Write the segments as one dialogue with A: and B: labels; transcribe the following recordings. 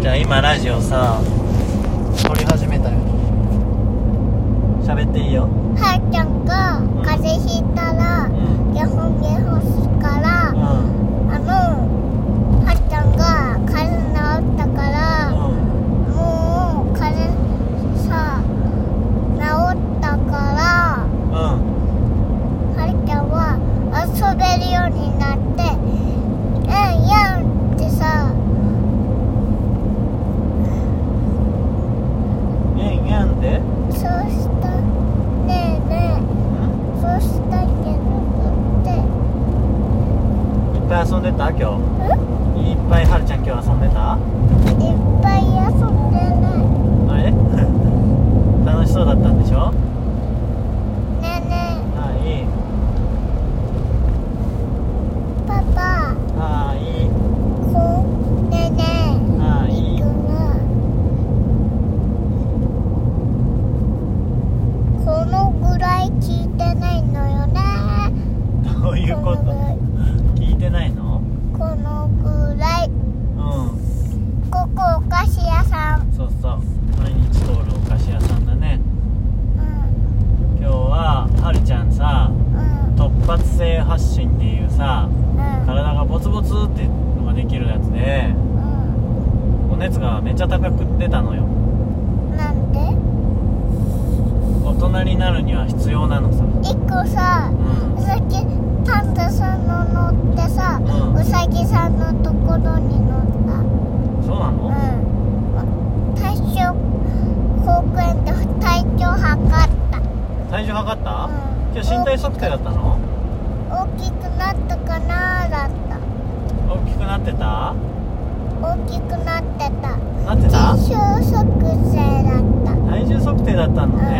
A: じゃあ今ラジオさ撮り始めたよ喋っていいよ
B: はーちゃんが風邪ひいたら
A: うん
B: ゲホゲホするからあ
A: う
B: の
A: ん
B: はーちゃんが風邪治ったから
A: うん
B: もう風邪さ治ったから
A: うん
B: はるちゃんは遊べるようになって「うんやん」ってさ
A: えんやんで
B: そうしたねえねえそうしたけどって
A: いっぱい遊んでた今日いっぱいはるちゃん今日遊んでた
B: いっぱい遊んでね
A: あれ 楽しそうだったんでしょ
B: ねえね
A: ああいい
B: えパパ
A: ああいい
B: こうねえね
A: ああ
B: え
A: いい
B: 行くなこのぐらい聞いてないのよね
A: どういうこ
B: のぐ
A: と
B: らい
A: 聞いてないの
B: このぐらい
A: うん
B: ここお菓子屋さん
A: そうそう毎日通るお菓子屋さんだね
B: うん
A: 今日ははるちゃんさ
B: うん
A: 突発性発進っていうさ
B: うん
A: 体がボツボツってのができるやつで
B: う
A: お熱がめっちゃ高く出たのよ
B: んなんで
A: 大人になるには必要なのさ
B: 一個さ
A: うん
B: さっきパンダさんの乗ってさ、
A: う
B: うんさぎさんのところに乗った
A: そうな
B: う
A: の
B: ん体調高園で体調測った
A: 体重測った
B: うん
A: 今日身体測定だったの
B: 大きくなったかなーだった
A: 大きくなってた
B: 大きくなってた
A: なってた
B: 小測定だった
A: 体重測定だったのね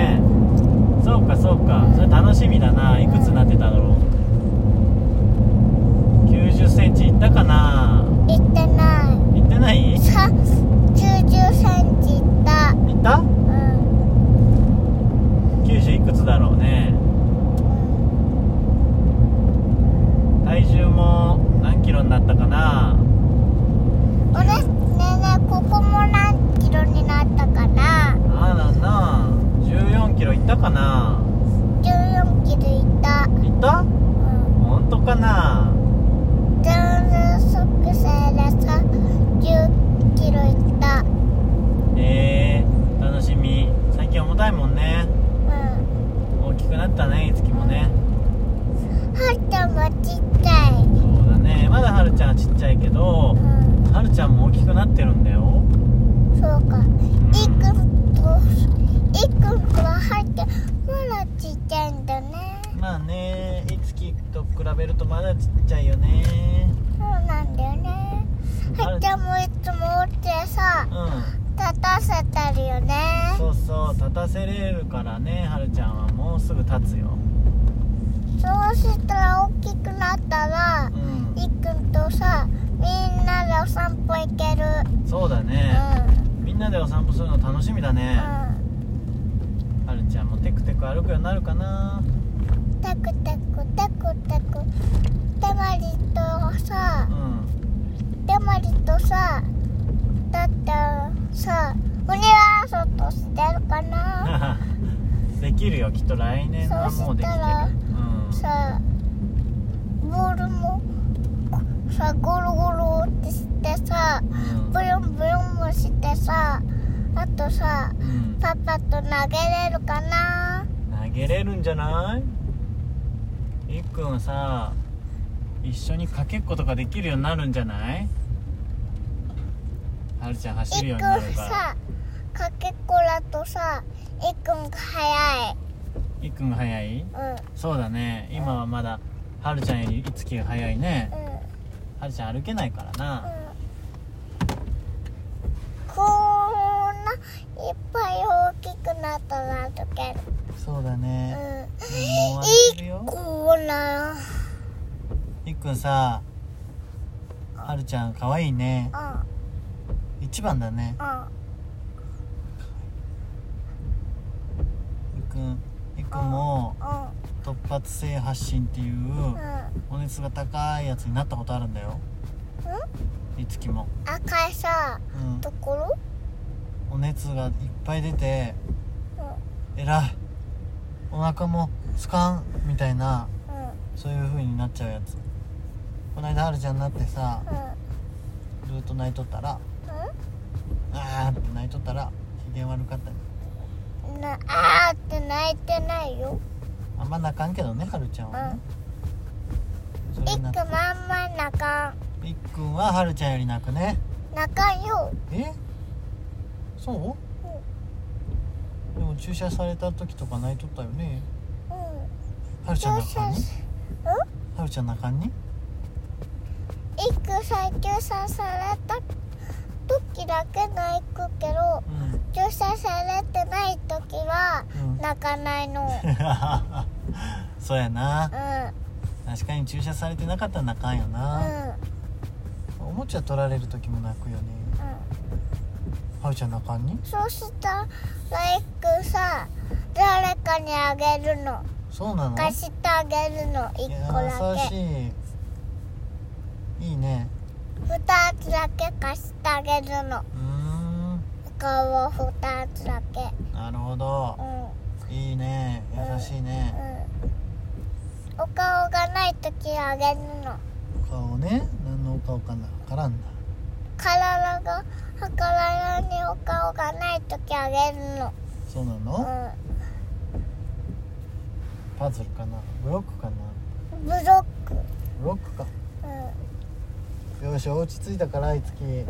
A: そうかそうかそれ楽しみだないくつなってただろう9 0センチいったかな
B: 行ってない
A: ってないい
B: いさ90センチ行った
A: った
B: うん
A: 90いくつだろうね体重も何キロになったかな
B: 俺ねえねえここも何キロになったかな
A: あらな14キロいったかな
B: 14キロいった
A: いった
B: うん
A: 本当かな
B: ダウンソックスでさ10キロいった
A: えー、楽しみ最近重たいもんね
B: うんは
A: 大きくなったねいつきもね
B: るちゃんもちっちゃい
A: そうだねまだはるちゃんはちっちゃいけど
B: うん
A: はるちゃんも大きくなってるんだよ
B: そうか
A: うん
B: いっくんといっくんとははるちゃんまだちっちゃいんだね
A: まあねいつきと比べるとまだちっちゃいよね
B: そうなんだよねはるちゃんもいつもおってさ
A: うん
B: 立たせてるよね
A: そうそう立たせれるからねはるちゃんはもうすぐ立つよ
B: そうしたら大きくなったら
A: うん
B: いっくんとさみんなでお散歩行ける
A: そうだね、
B: う
A: みんなでお散歩するの楽しみだね、
B: んうん
A: はるちゃんもテクテク歩くようになるかな
B: タクタクタクタクたまりとさ
A: うん
B: たまりとさだったさおにわそとしてるかな
A: できるよきっと来年はもうできてる
B: そうしたら
A: うん
B: さボールもこさゴロゴロってしてさ
A: うん
B: ブヨンブヨンもしてさあとさ
A: うん
B: パパと投げれるかな
A: 投げれるんじゃないいっくんはさ一緒にかけっことかできるようになるんじゃないはるちゃん走
B: い
A: る
B: っ
A: よう
B: くん
A: になるから
B: さかけっこだとさいっくんが早い
A: いっくんが早い
B: うん
A: そうだね今はまだはるちゃんよりいつきが早いねはるちゃん歩けないからな、
B: こんないっぱい大きくなったらとける。
A: そうだ
B: う
A: ね、
B: ん。
A: もう
B: い
A: 終わってる
B: い
A: よ
B: 子な。
A: いっくんさはるちゃんかわいいね
B: うん
A: 一番だね
B: う
A: いっくんいっくんも突発性発進ってい
B: んうんう。
A: うんお熱が高いやつになったことあるんだよいつきも
B: 赤いさ
A: うん
B: ところ
A: お熱がいっぱい出て
B: うん
A: えらいお腹もスカンみたいな
B: うん
A: そういう風になっちゃうやつこないだはるちゃんになってさ
B: う
A: ずっと泣いとったらあーって泣いとったら機嫌悪かったり
B: んうんなあーって泣いてないよ
A: あんま泣かんけどねはるちゃんはね、そ
B: い
A: れ
B: っく
A: に
B: んま
A: なんって
B: ま泣か
A: いっくんははるちゃんより泣くね
B: ん泣かんよ
A: えそうでも注射された時とか泣いとったよね
B: うん
A: はるちゃん泣かんに
B: 注
A: はるちゃん泣かんに
B: いっくん最強さされた時だけ泣くけど
A: う
B: 注射されてない時は
A: ん うん
B: 泣かないの
A: そうやな
B: うん
A: 確かに注射されてなかったら泣かんよ
B: う
A: な、
B: ん
A: おもちゃ取られる時も泣くよね
B: うん
A: はるちゃん泣かんに
B: そうしたらいっくんさ誰かにあげるの
A: そうなの
B: 貸してあげるの一個だ
A: 優
B: け
A: しいいいね
B: 二つだけ貸してあげるの
A: うーん
B: 顔を二つだけ
A: なるほど
B: うん
A: いいね優しいね
B: うんお顔がない時あげるの
A: 顔ね何のお顔かなわからんな
B: 体が体にお顔がない時あげるの
A: そうな
B: う
A: のパズルかなブロックかなん
B: ブロック
A: ブロックか
B: う
A: よし落ち着いたからいつき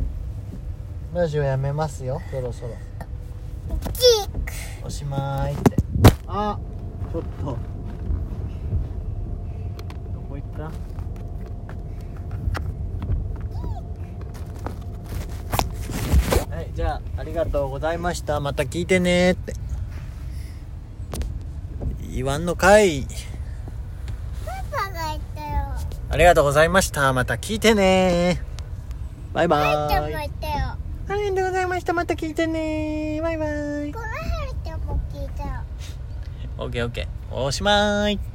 A: ラジオやめますよそろそろ
B: んチーク
A: おしまいってあちょっとどこ行ったはいじゃあありがとうございましたまた聞いてねって言わんのかい
B: パパが言ったよ
A: ありがとうございましたまた聞いてねバイバ
B: はるちゃ
A: ー
B: んも
A: イ
B: 言ったよ
A: ありがとうございましたまた聞いてねバイバイ
B: このはるちゃんも聞いたよ
A: オッケーオッケーおしまい